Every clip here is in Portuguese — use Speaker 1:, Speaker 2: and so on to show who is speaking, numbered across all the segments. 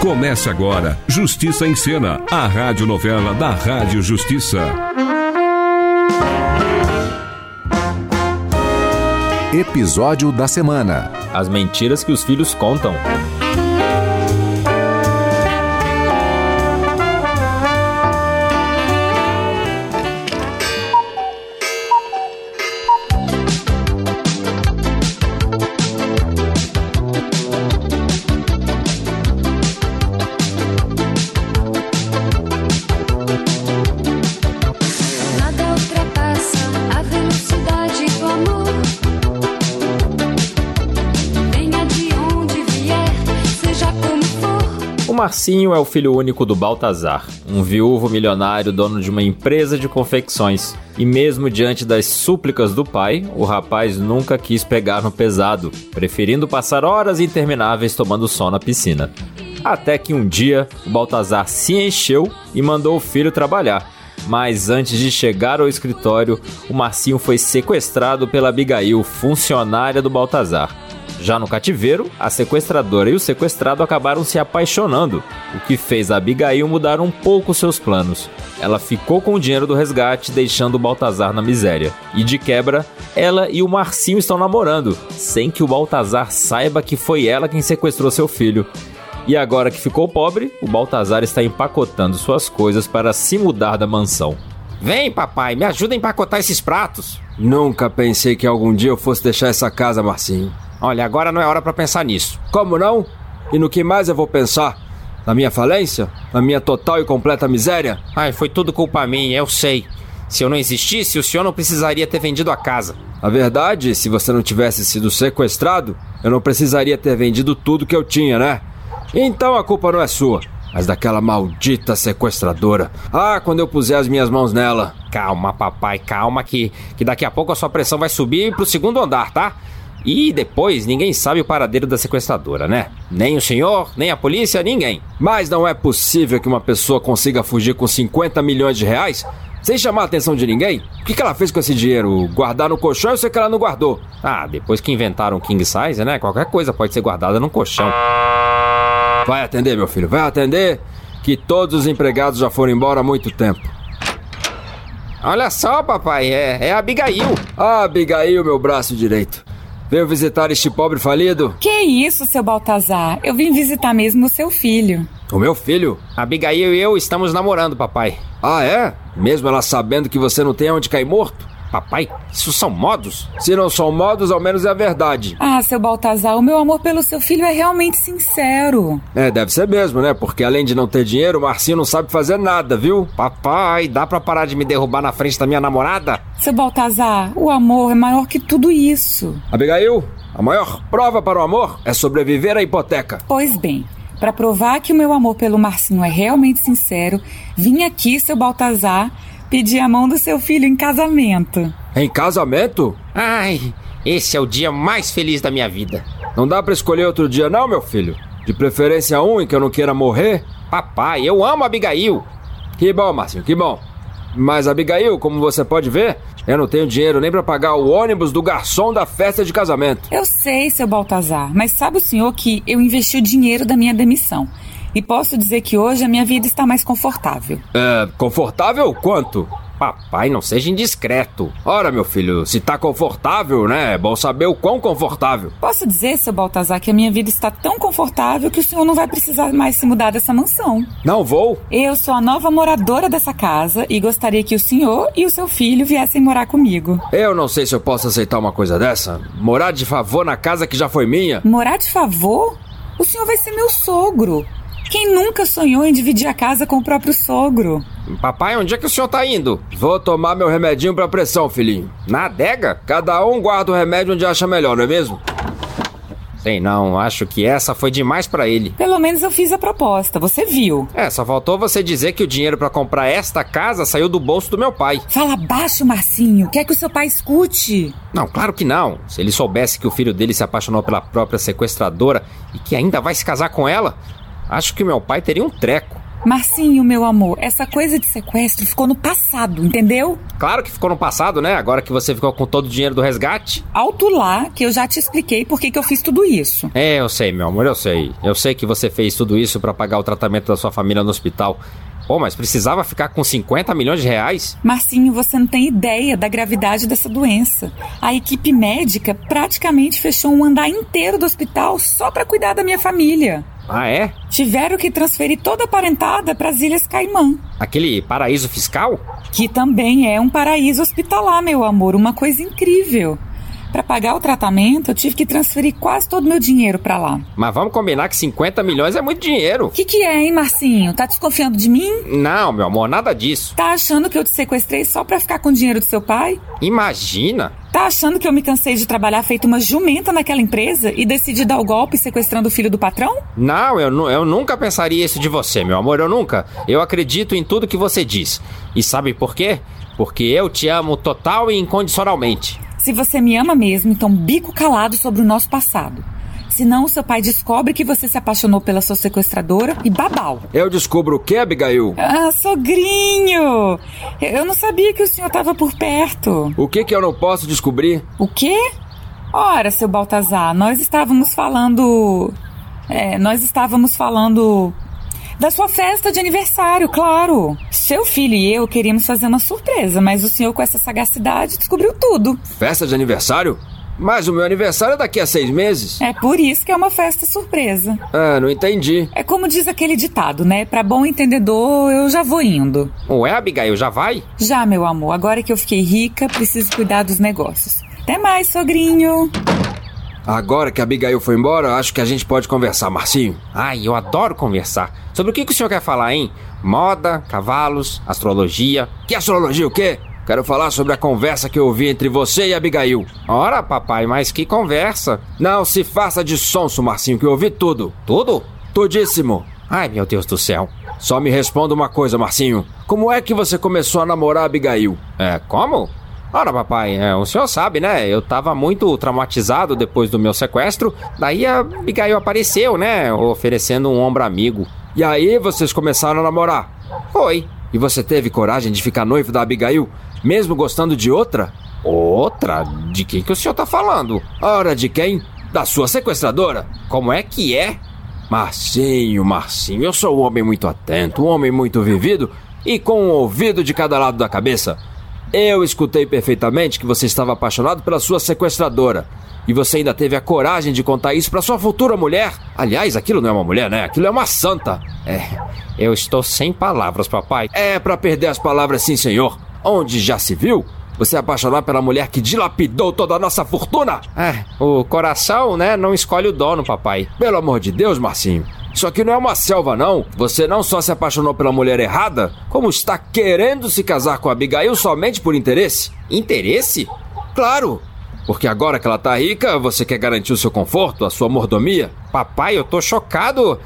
Speaker 1: Começa agora Justiça em Cena, a rádio novela da Rádio Justiça.
Speaker 2: Episódio da semana.
Speaker 3: As mentiras que os filhos contam.
Speaker 4: Nada ultrapassa a velocidade do amor. Venha de onde vier, seja como for.
Speaker 3: O Marcinho é o filho único do Baltazar, um viúvo milionário dono de uma empresa de confecções. E mesmo diante das súplicas do pai, o rapaz nunca quis pegar no pesado, preferindo passar horas intermináveis tomando sol na piscina. Até que um dia, o Baltazar se encheu e mandou o filho trabalhar. Mas antes de chegar ao escritório, o Marcinho foi sequestrado pela Abigail, funcionária do Baltazar. Já no cativeiro, a sequestradora e o sequestrado acabaram se apaixonando, o que fez a Abigail mudar um pouco seus planos. Ela ficou com o dinheiro do resgate, deixando o Baltazar na miséria. E de quebra, ela e o Marcinho estão namorando, sem que o Baltazar saiba que foi ela quem sequestrou seu filho. E agora que ficou pobre, o Baltazar está empacotando suas coisas para se mudar da mansão. Vem, papai, me ajuda a empacotar esses pratos.
Speaker 5: Nunca pensei que algum dia eu fosse deixar essa casa, Marcinho.
Speaker 3: Olha, agora não é hora para pensar nisso.
Speaker 5: Como não? E no que mais eu vou pensar? Na minha falência? Na minha total e completa miséria?
Speaker 3: Ai, foi tudo culpa minha, eu sei. Se eu não existisse, o senhor não precisaria ter vendido a casa.
Speaker 5: Na verdade, se você não tivesse sido sequestrado, eu não precisaria ter vendido tudo que eu tinha, né? Então a culpa não é sua, mas daquela maldita sequestradora. Ah, quando eu puser as minhas mãos nela.
Speaker 3: Calma, papai, calma que, que daqui a pouco a sua pressão vai subir pro segundo andar, tá? E depois ninguém sabe o paradeiro da sequestradora, né? Nem o senhor, nem a polícia, ninguém.
Speaker 5: Mas não é possível que uma pessoa consiga fugir com 50 milhões de reais sem chamar a atenção de ninguém? O que que ela fez com esse dinheiro? Guardar no colchão? Eu sei que ela não guardou.
Speaker 3: Ah, depois que inventaram o King Size, né? Qualquer coisa pode ser guardada num colchão.
Speaker 5: Vai atender, meu filho, vai atender, que todos os empregados já foram embora há muito tempo.
Speaker 3: Olha só, papai, é, é a Abigail.
Speaker 5: Ah, Abigail, meu braço direito. Veio visitar este pobre falido?
Speaker 6: Que isso, seu Baltazar? Eu vim visitar mesmo o seu filho.
Speaker 5: O meu filho?
Speaker 3: Abigail e eu estamos namorando, papai.
Speaker 5: Ah, é? Mesmo ela sabendo que você não tem onde cair morto?
Speaker 3: Papai, isso são modos?
Speaker 5: Se não são modos, ao menos é a verdade.
Speaker 6: Ah, seu Baltazar, o meu amor pelo seu filho é realmente sincero.
Speaker 5: É, deve ser mesmo, né? Porque além de não ter dinheiro, o Marcinho não sabe fazer nada, viu?
Speaker 3: Papai, dá pra parar de me derrubar na frente da minha namorada?
Speaker 6: Seu Baltazar, o amor é maior que tudo isso.
Speaker 5: Abigail, a maior prova para o amor é sobreviver à hipoteca.
Speaker 6: Pois bem, para provar que o meu amor pelo Marcinho é realmente sincero, vim aqui, seu Baltazar, pedir a mão do seu filho em casamento.
Speaker 5: Em casamento?
Speaker 3: Ai, esse é o dia mais feliz da minha vida.
Speaker 5: Não dá pra escolher outro dia, não, meu filho? De preferência um em que eu não queira morrer?
Speaker 3: Papai, eu amo a Abigail.
Speaker 5: Que bom, Marcinho, que bom. Mas, Abigail, como você pode ver, eu não tenho dinheiro nem pra pagar o ônibus do garçom da festa de casamento.
Speaker 6: Eu sei, seu Baltazar, mas sabe o senhor que eu investi o dinheiro da minha demissão. E posso dizer que hoje a minha vida está mais confortável.
Speaker 5: É, confortável quanto?
Speaker 3: Papai, não seja indiscreto.
Speaker 5: Ora, meu filho, se tá confortável, né? É bom saber o quão confortável.
Speaker 6: Posso dizer, seu Baltazar, que a minha vida está tão confortável que o senhor não vai precisar mais se mudar dessa mansão.
Speaker 5: Não vou?
Speaker 6: Eu sou a nova moradora dessa casa e gostaria que o senhor e o seu filho viessem morar comigo.
Speaker 5: Eu não sei se eu posso aceitar uma coisa dessa. Morar de favor na casa que já foi minha?
Speaker 6: Morar de favor? O senhor vai ser meu sogro. Quem nunca sonhou em dividir a casa com o próprio sogro?
Speaker 3: Papai, onde é que o senhor tá indo?
Speaker 5: Vou tomar meu remedinho pra pressão, filhinho.
Speaker 3: Na adega?
Speaker 5: Cada um guarda o remédio onde acha melhor, não é mesmo?
Speaker 3: Tem não, acho que essa foi demais pra ele.
Speaker 6: Pelo menos eu fiz a proposta, você viu.
Speaker 3: É, só faltou você dizer que o dinheiro pra comprar esta casa saiu do bolso do meu pai.
Speaker 6: Fala baixo, Marcinho. Quer que o seu pai escute?
Speaker 3: Não, claro que não. Se ele soubesse que o filho dele se apaixonou pela própria sequestradora e que ainda vai se casar com ela, acho que meu pai teria um treco.
Speaker 6: Marcinho, meu amor, essa coisa de sequestro ficou no passado, entendeu?
Speaker 3: Claro que ficou no passado, né? Agora que você ficou com todo o dinheiro do resgate.
Speaker 6: Alto lá, que eu já te expliquei por que que eu fiz tudo isso.
Speaker 3: É, eu sei, meu amor, eu sei. Eu sei que você fez tudo isso pra pagar o tratamento da sua família no hospital. Pô, mas precisava ficar com 50 milhões de reais?
Speaker 6: Marcinho, você não tem ideia da gravidade dessa doença. A equipe médica praticamente fechou um andar inteiro do hospital só pra cuidar da minha família.
Speaker 3: Ah, é?
Speaker 6: Tiveram que transferir toda a parentada para as Ilhas Caimã,
Speaker 3: Aquele paraíso fiscal?
Speaker 6: que também é um paraíso hospitalar, meu amor, uma coisa incrível. Para pagar o tratamento, eu tive que transferir quase todo o meu dinheiro para lá.
Speaker 3: Mas vamos combinar que 50 milhões é muito dinheiro.
Speaker 6: O que, que é, hein, Marcinho? Tá desconfiando de mim?
Speaker 3: Não, meu amor, nada disso.
Speaker 6: Tá achando que eu te sequestrei só pra ficar com o dinheiro do seu pai?
Speaker 3: Imagina!
Speaker 6: Tá achando que eu me cansei de trabalhar feito uma jumenta naquela empresa e decidi dar o golpe sequestrando o filho do patrão?
Speaker 3: Não, eu, nu- eu nunca pensaria isso de você, meu amor, eu nunca. Eu acredito em tudo que você diz. E sabe por quê? Porque eu te amo total e incondicionalmente.
Speaker 6: Se você me ama mesmo, então bico calado sobre o nosso passado. Senão o seu pai descobre que você se apaixonou pela sua sequestradora e babau.
Speaker 5: Eu descubro o que, Abigail?
Speaker 6: Ah, sogrinho! Eu não sabia que o senhor estava por perto.
Speaker 5: O que que eu não posso descobrir?
Speaker 6: O quê? Ora, seu Baltazar, nós estávamos falando. É, nós estávamos falando. Da sua festa de aniversário, claro. Seu filho e eu queríamos fazer uma surpresa, mas o senhor, com essa sagacidade, descobriu tudo.
Speaker 5: Festa de aniversário? Mas o meu aniversário é daqui a seis meses.
Speaker 6: É por isso que é uma festa surpresa.
Speaker 5: Ah, não entendi.
Speaker 6: É como diz aquele ditado, né? Pra bom entendedor, eu já vou indo.
Speaker 3: Ué, Abigail, já vai?
Speaker 6: Já, meu amor, agora que eu fiquei rica, preciso cuidar dos negócios. Até mais, sogrinho.
Speaker 5: Agora que a Abigail foi embora, acho que a gente pode conversar, Marcinho.
Speaker 3: Ai, eu adoro conversar. Sobre o que, que o senhor quer falar, hein? Moda, cavalos, astrologia.
Speaker 5: Que astrologia o quê? Quero falar sobre a conversa que eu ouvi entre você e a Abigail.
Speaker 3: Ora, papai, mas que conversa.
Speaker 5: Não se faça de sonso, Marcinho, que eu ouvi tudo.
Speaker 3: Tudo?
Speaker 5: Tudíssimo.
Speaker 3: Ai, meu Deus do céu.
Speaker 5: Só me responda uma coisa, Marcinho. Como é que você começou a namorar a Abigail?
Speaker 3: É, como? Ora, papai, é, o senhor sabe, né? Eu tava muito traumatizado depois do meu sequestro. Daí a Abigail apareceu, né? Oferecendo um ombro amigo.
Speaker 5: E aí vocês começaram a namorar.
Speaker 3: Foi.
Speaker 5: E você teve coragem de ficar noivo da Abigail, mesmo gostando de outra?
Speaker 3: Outra? De quem que o senhor tá falando?
Speaker 5: Ora de quem? Da sua sequestradora?
Speaker 3: Como é que é?
Speaker 5: Marcinho, Marcinho, eu sou um homem muito atento, um homem muito vivido e com um ouvido de cada lado da cabeça. Eu escutei perfeitamente que você estava apaixonado pela sua sequestradora. E você ainda teve a coragem de contar isso pra sua futura mulher. Aliás, aquilo não é uma mulher, né? Aquilo é uma santa.
Speaker 3: É, eu estou sem palavras, papai.
Speaker 5: É pra perder as palavras, sim, senhor. Onde já se viu? Você é apaixonar pela mulher que dilapidou toda a nossa fortuna?
Speaker 3: É, o coração, né? Não escolhe o dono, papai.
Speaker 5: Pelo amor de Deus, Marcinho. Isso aqui não é uma selva, não. Você não só se apaixonou pela mulher errada, como está querendo se casar com a Abigail somente por interesse.
Speaker 3: Interesse?
Speaker 5: Claro! Porque agora que ela tá rica, você quer garantir o seu conforto, a sua mordomia.
Speaker 3: Papai, eu tô chocado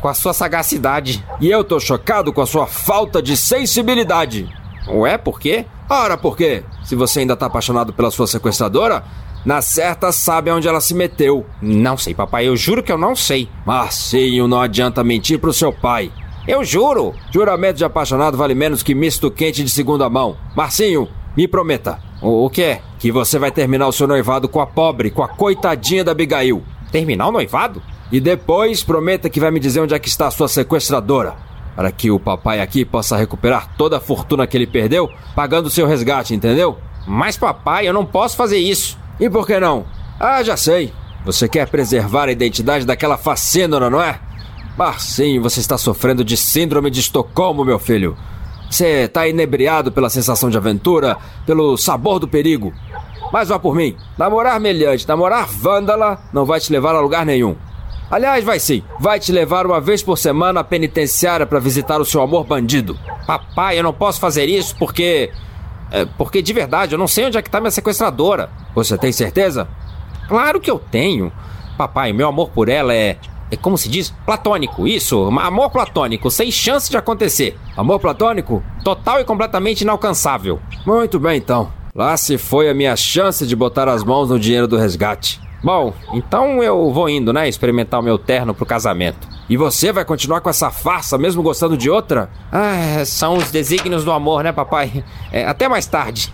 Speaker 3: com a sua sagacidade.
Speaker 5: E eu tô chocado com a sua falta de sensibilidade.
Speaker 3: Ué, por quê?
Speaker 5: Ora, por quê? Se você ainda tá apaixonado pela sua sequestradora, na certa sabe aonde ela se meteu.
Speaker 3: Não sei, papai. Eu juro que eu não sei.
Speaker 5: Marcinho, não adianta mentir pro seu pai.
Speaker 3: Eu juro.
Speaker 5: Juramento de apaixonado vale menos que misto quente de segunda mão. Marcinho, me prometa
Speaker 3: O, o quê?
Speaker 5: que você vai terminar o seu noivado com a pobre, com a coitadinha da Abigail.
Speaker 3: Terminar o noivado?
Speaker 5: E depois prometa que vai me dizer onde é que está a sua sequestradora. Para que o papai aqui possa recuperar toda a fortuna que ele perdeu, pagando o seu resgate, entendeu?
Speaker 3: Mas, papai, eu não posso fazer isso.
Speaker 5: E por que não? Ah, já sei. Você quer preservar a identidade daquela facênora, não é? Marcinho, você está sofrendo de síndrome de Estocolmo, meu filho. Você está inebriado pela sensação de aventura, pelo sabor do perigo. Mas vá por mim. Namorar meliante, namorar vândala, não vai te levar a lugar nenhum. Aliás, vai sim. Vai te levar uma vez por semana à penitenciária para visitar o seu amor bandido.
Speaker 3: Papai, eu não posso fazer isso porque. é, porque de verdade, eu não sei onde é que tá minha sequestradora.
Speaker 5: Você tem certeza?
Speaker 3: Claro que eu tenho.
Speaker 5: papai. Meu amor por ela é. é como se diz? Platônico, isso! Amor platônico, sem chance de acontecer. Amor platônico? Total e completamente inalcançável. Muito bem, então. Lá se foi a minha chance de botar as mãos no dinheiro do resgate. Bom, então eu vou indo, né? Experimentar o meu terno pro casamento. E você vai continuar com essa farsa, mesmo gostando de outra? Ah, são os desígnios do amor, né, papai? É, até mais tarde.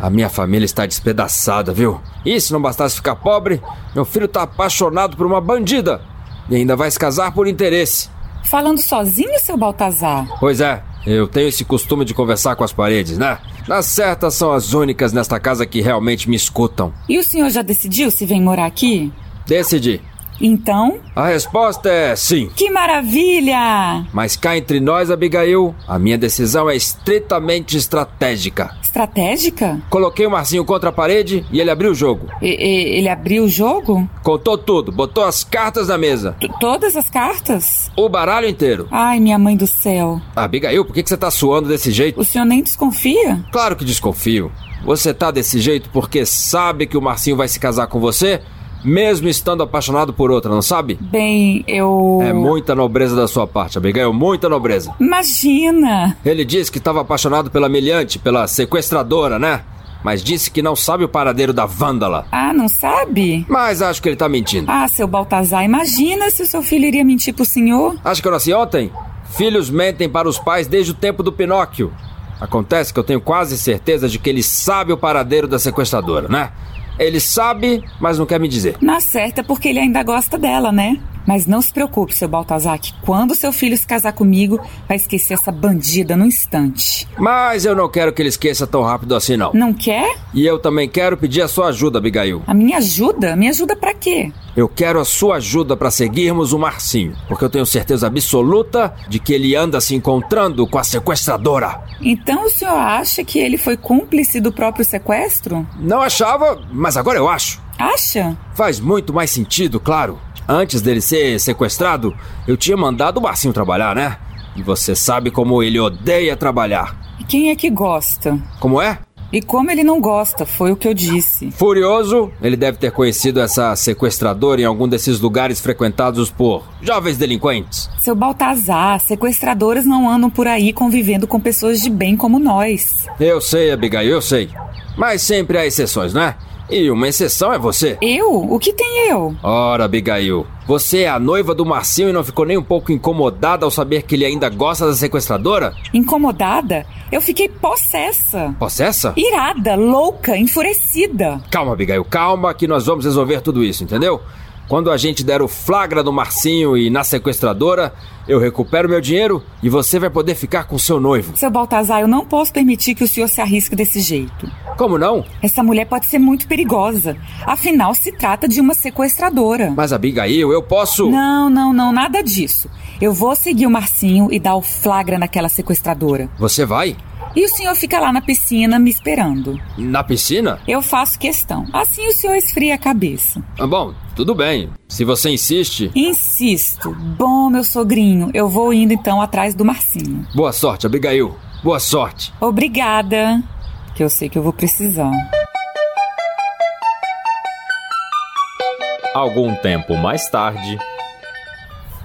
Speaker 5: A minha família está despedaçada, viu? E se não bastasse ficar pobre, meu filho tá apaixonado por uma bandida. E ainda vai se casar por interesse.
Speaker 6: Falando sozinho, seu Baltazar?
Speaker 5: Pois é, eu tenho esse costume de conversar com as paredes, né? Nas certas são as únicas nesta casa que realmente me escutam.
Speaker 6: E o senhor já decidiu se vem morar aqui?
Speaker 5: Decidi.
Speaker 6: Então,
Speaker 5: A resposta é sim.
Speaker 6: que maravilha!
Speaker 5: Mas cá entre nós, Abigail, a minha decisão é estritamente estratégica.
Speaker 6: Estratégica?
Speaker 5: Coloquei o Marcinho contra a parede e ele abriu o jogo.
Speaker 6: E- e- ele abriu o jogo?
Speaker 5: Contou tudo, botou as cartas na mesa.
Speaker 6: T- todas as cartas?
Speaker 5: O baralho inteiro.
Speaker 6: Ai, minha mãe do céu.
Speaker 5: Abigail, por que que você tá suando desse jeito?
Speaker 6: O senhor nem desconfia?
Speaker 5: Claro que desconfio. Você tá desse jeito porque sabe que o Marcinho vai se casar com você, mesmo estando apaixonado por outra, não sabe?
Speaker 6: Bem, eu.
Speaker 5: É muita nobreza da sua parte, Abigail, muita nobreza.
Speaker 6: Imagina!
Speaker 5: Ele disse que estava apaixonado pela meliante, pela sequestradora, né? Mas disse que não sabe o paradeiro da vândala.
Speaker 6: Ah, não sabe?
Speaker 5: Mas acho que ele tá mentindo.
Speaker 6: Ah, seu Baltazar, imagina se o seu filho iria mentir pro senhor?
Speaker 5: Acho que eu nasci ontem? Filhos mentem para os pais desde o tempo do Pinóquio. Acontece que eu tenho quase certeza de que ele sabe o paradeiro da sequestradora, né? Ele sabe, mas não quer me dizer.
Speaker 6: Na certa, porque ele ainda gosta dela, né? Mas não se preocupe, seu Baltazar, que quando seu filho se casar comigo, vai esquecer essa bandida num instante.
Speaker 5: Mas eu não quero que ele esqueça tão rápido assim, não.
Speaker 6: Não quer?
Speaker 5: E eu também quero pedir a sua ajuda, Abigail.
Speaker 6: A minha ajuda? Me ajuda pra quê?
Speaker 5: Eu quero a sua ajuda para seguirmos o Marcinho, porque eu tenho certeza absoluta de que ele anda se encontrando com a sequestradora.
Speaker 6: Então o senhor acha que ele foi cúmplice do próprio sequestro?
Speaker 5: Não achava, mas agora eu acho.
Speaker 6: Acha?
Speaker 5: Faz muito mais sentido, claro. Antes dele ser sequestrado, eu tinha mandado o Marcinho trabalhar, né? E você sabe como ele odeia trabalhar.
Speaker 6: E quem é que gosta?
Speaker 5: Como é?
Speaker 6: E como ele não gosta, foi o que eu disse.
Speaker 5: Furioso, ele deve ter conhecido essa sequestradora em algum desses lugares frequentados por jovens delinquentes.
Speaker 6: Seu Baltazar, sequestradoras não andam por aí convivendo com pessoas de bem como nós.
Speaker 5: Eu sei, Abigail, eu sei. Mas sempre há exceções, né? E uma exceção é você.
Speaker 6: Eu? O que tem eu?
Speaker 5: Ora, Abigail, você é a noiva do Marcinho e não ficou nem um pouco incomodada ao saber que ele ainda gosta da sequestradora?
Speaker 6: Incomodada? Eu fiquei possessa.
Speaker 5: Possessa?
Speaker 6: Irada, louca, enfurecida.
Speaker 5: Calma, Abigail, calma que nós vamos resolver tudo isso, entendeu? Quando a gente der o flagra do Marcinho e na sequestradora, eu recupero meu dinheiro e você vai poder ficar com seu noivo.
Speaker 6: Seu Baltazar, eu não posso permitir que o senhor se arrisque desse jeito.
Speaker 5: Como não?
Speaker 6: Essa mulher pode ser muito perigosa. Afinal, se trata de uma sequestradora.
Speaker 5: Mas, Abigail, eu posso.
Speaker 6: Não, não, não, nada disso. Eu vou seguir o Marcinho e dar o flagra naquela sequestradora.
Speaker 5: Você vai?
Speaker 6: E o senhor fica lá na piscina me esperando.
Speaker 5: Na piscina?
Speaker 6: Eu faço questão. Assim o senhor esfria a cabeça.
Speaker 5: Ah, Bom, tudo bem. Se você insiste,
Speaker 6: Insisto. Bom, meu sogrinho, eu vou indo então atrás do Marcinho.
Speaker 5: boa sorte, Abigail. Boa sorte.
Speaker 6: Obrigada, que eu sei que eu vou precisar.
Speaker 3: Algum tempo mais tarde,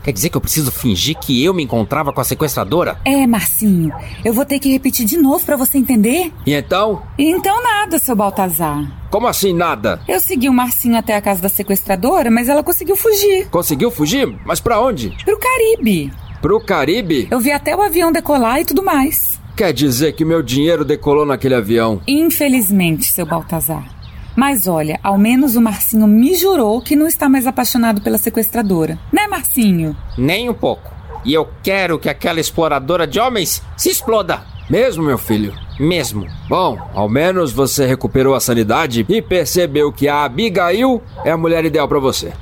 Speaker 5: Quer dizer que eu preciso fingir que eu me encontrava com a sequestradora?
Speaker 6: É, Marcinho, eu vou ter que repetir de novo pra você entender?
Speaker 5: E então?
Speaker 6: Então nada, seu Baltazar.
Speaker 5: Como assim nada?
Speaker 6: Eu segui o Marcinho até a casa da sequestradora, mas ela conseguiu fugir.
Speaker 5: Conseguiu fugir? Mas pra onde?
Speaker 6: Pro Caribe.
Speaker 5: Pro Caribe?
Speaker 6: Eu vi até o avião decolar e tudo mais.
Speaker 5: Quer dizer que meu dinheiro decolou naquele avião?
Speaker 6: Infelizmente, seu Baltazar. Mas olha, ao menos o Marcinho me jurou que não está mais apaixonado pela sequestradora. Né, Marcinho?
Speaker 5: Nem um pouco. E eu quero que aquela exploradora de homens se exploda. Mesmo, meu filho? Mesmo. Bom, ao menos você recuperou a sanidade e percebeu que a Abigail é a mulher ideal pra você.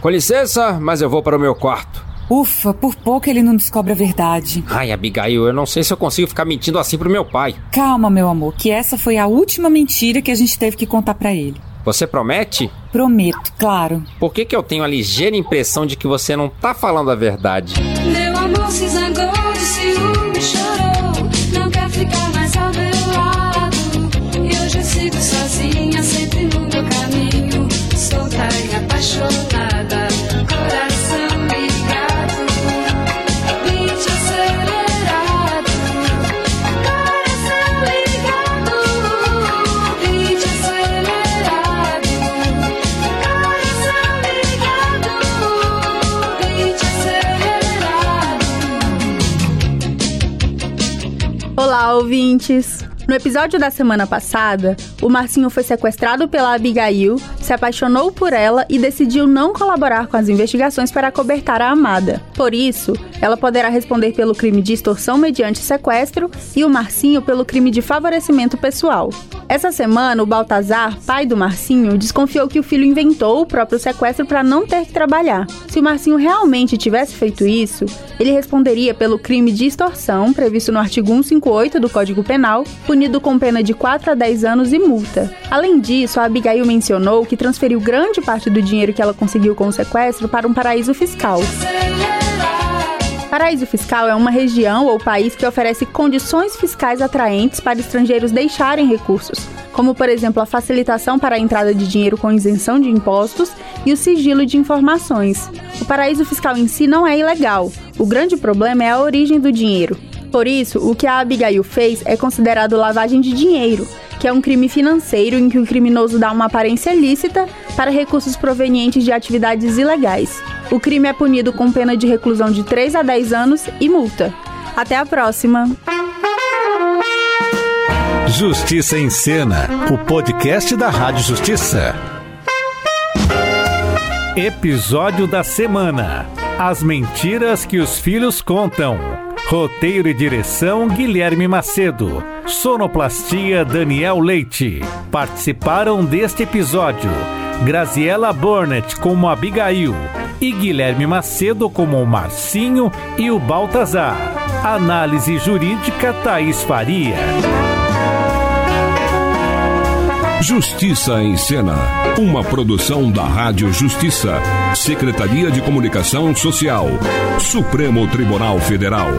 Speaker 5: Com licença, mas eu vou para o meu quarto.
Speaker 6: Ufa, por pouco ele não descobre a verdade.
Speaker 5: Ai, Abigail, eu não sei se eu consigo ficar mentindo assim pro meu pai.
Speaker 6: Calma, meu amor, que essa foi a última mentira que a gente teve que contar pra ele.
Speaker 5: Você promete?
Speaker 6: Prometo, claro.
Speaker 5: Por que, que eu tenho a ligeira impressão de que você não tá falando a verdade?
Speaker 4: Meu amor se zangou, de ciúme chorou. Não quer ficar mais ao meu lado. E hoje eu sigo sozinha, sempre no meu caminho. Solta e apaixonada.
Speaker 7: Olá, ouvintes! No episódio da semana passada, o Marcinho foi sequestrado pela Abigail, se apaixonou por ela e decidiu não colaborar com as investigações para acobertar a amada. Por isso, ela poderá responder pelo crime de extorsão mediante sequestro e o Marcinho pelo crime de favorecimento pessoal. Essa semana, o Baltazar, pai do Marcinho, desconfiou que o filho inventou o próprio sequestro para não ter que trabalhar. Se o Marcinho realmente tivesse feito isso, ele responderia pelo crime de extorsão previsto no artigo 158 do Código Penal, punido com pena de 4 a 10 anos e multa. Além disso, a Abigail mencionou que transferiu grande parte do dinheiro que ela conseguiu com o sequestro para um paraíso fiscal. Paraíso fiscal é uma região ou país que oferece condições fiscais atraentes para estrangeiros deixarem recursos, como, por exemplo, a facilitação para a entrada de dinheiro com isenção de impostos e o sigilo de informações. O paraíso fiscal em si não é ilegal, o grande problema é a origem do dinheiro. Por isso, o que a Abigail fez é considerado lavagem de dinheiro, que é um crime financeiro em que o criminoso dá uma aparência lícita para recursos provenientes de atividades ilegais. O crime é punido com pena de reclusão de 3 a 10 anos e multa. Até a próxima!
Speaker 8: Justiça em Cena, o podcast da Rádio Justiça. Episódio da semana: As mentiras que os filhos contam. Roteiro e direção Guilherme Macedo. Sonoplastia Daniel Leite. Participaram deste episódio Graziela Burnett como Abigail e Guilherme Macedo como o Marcinho e o Baltazar. Análise jurídica Thaís Faria.
Speaker 1: Justiça em Cena, uma produção da Rádio Justiça, Secretaria de Comunicação Social, Supremo Tribunal Federal.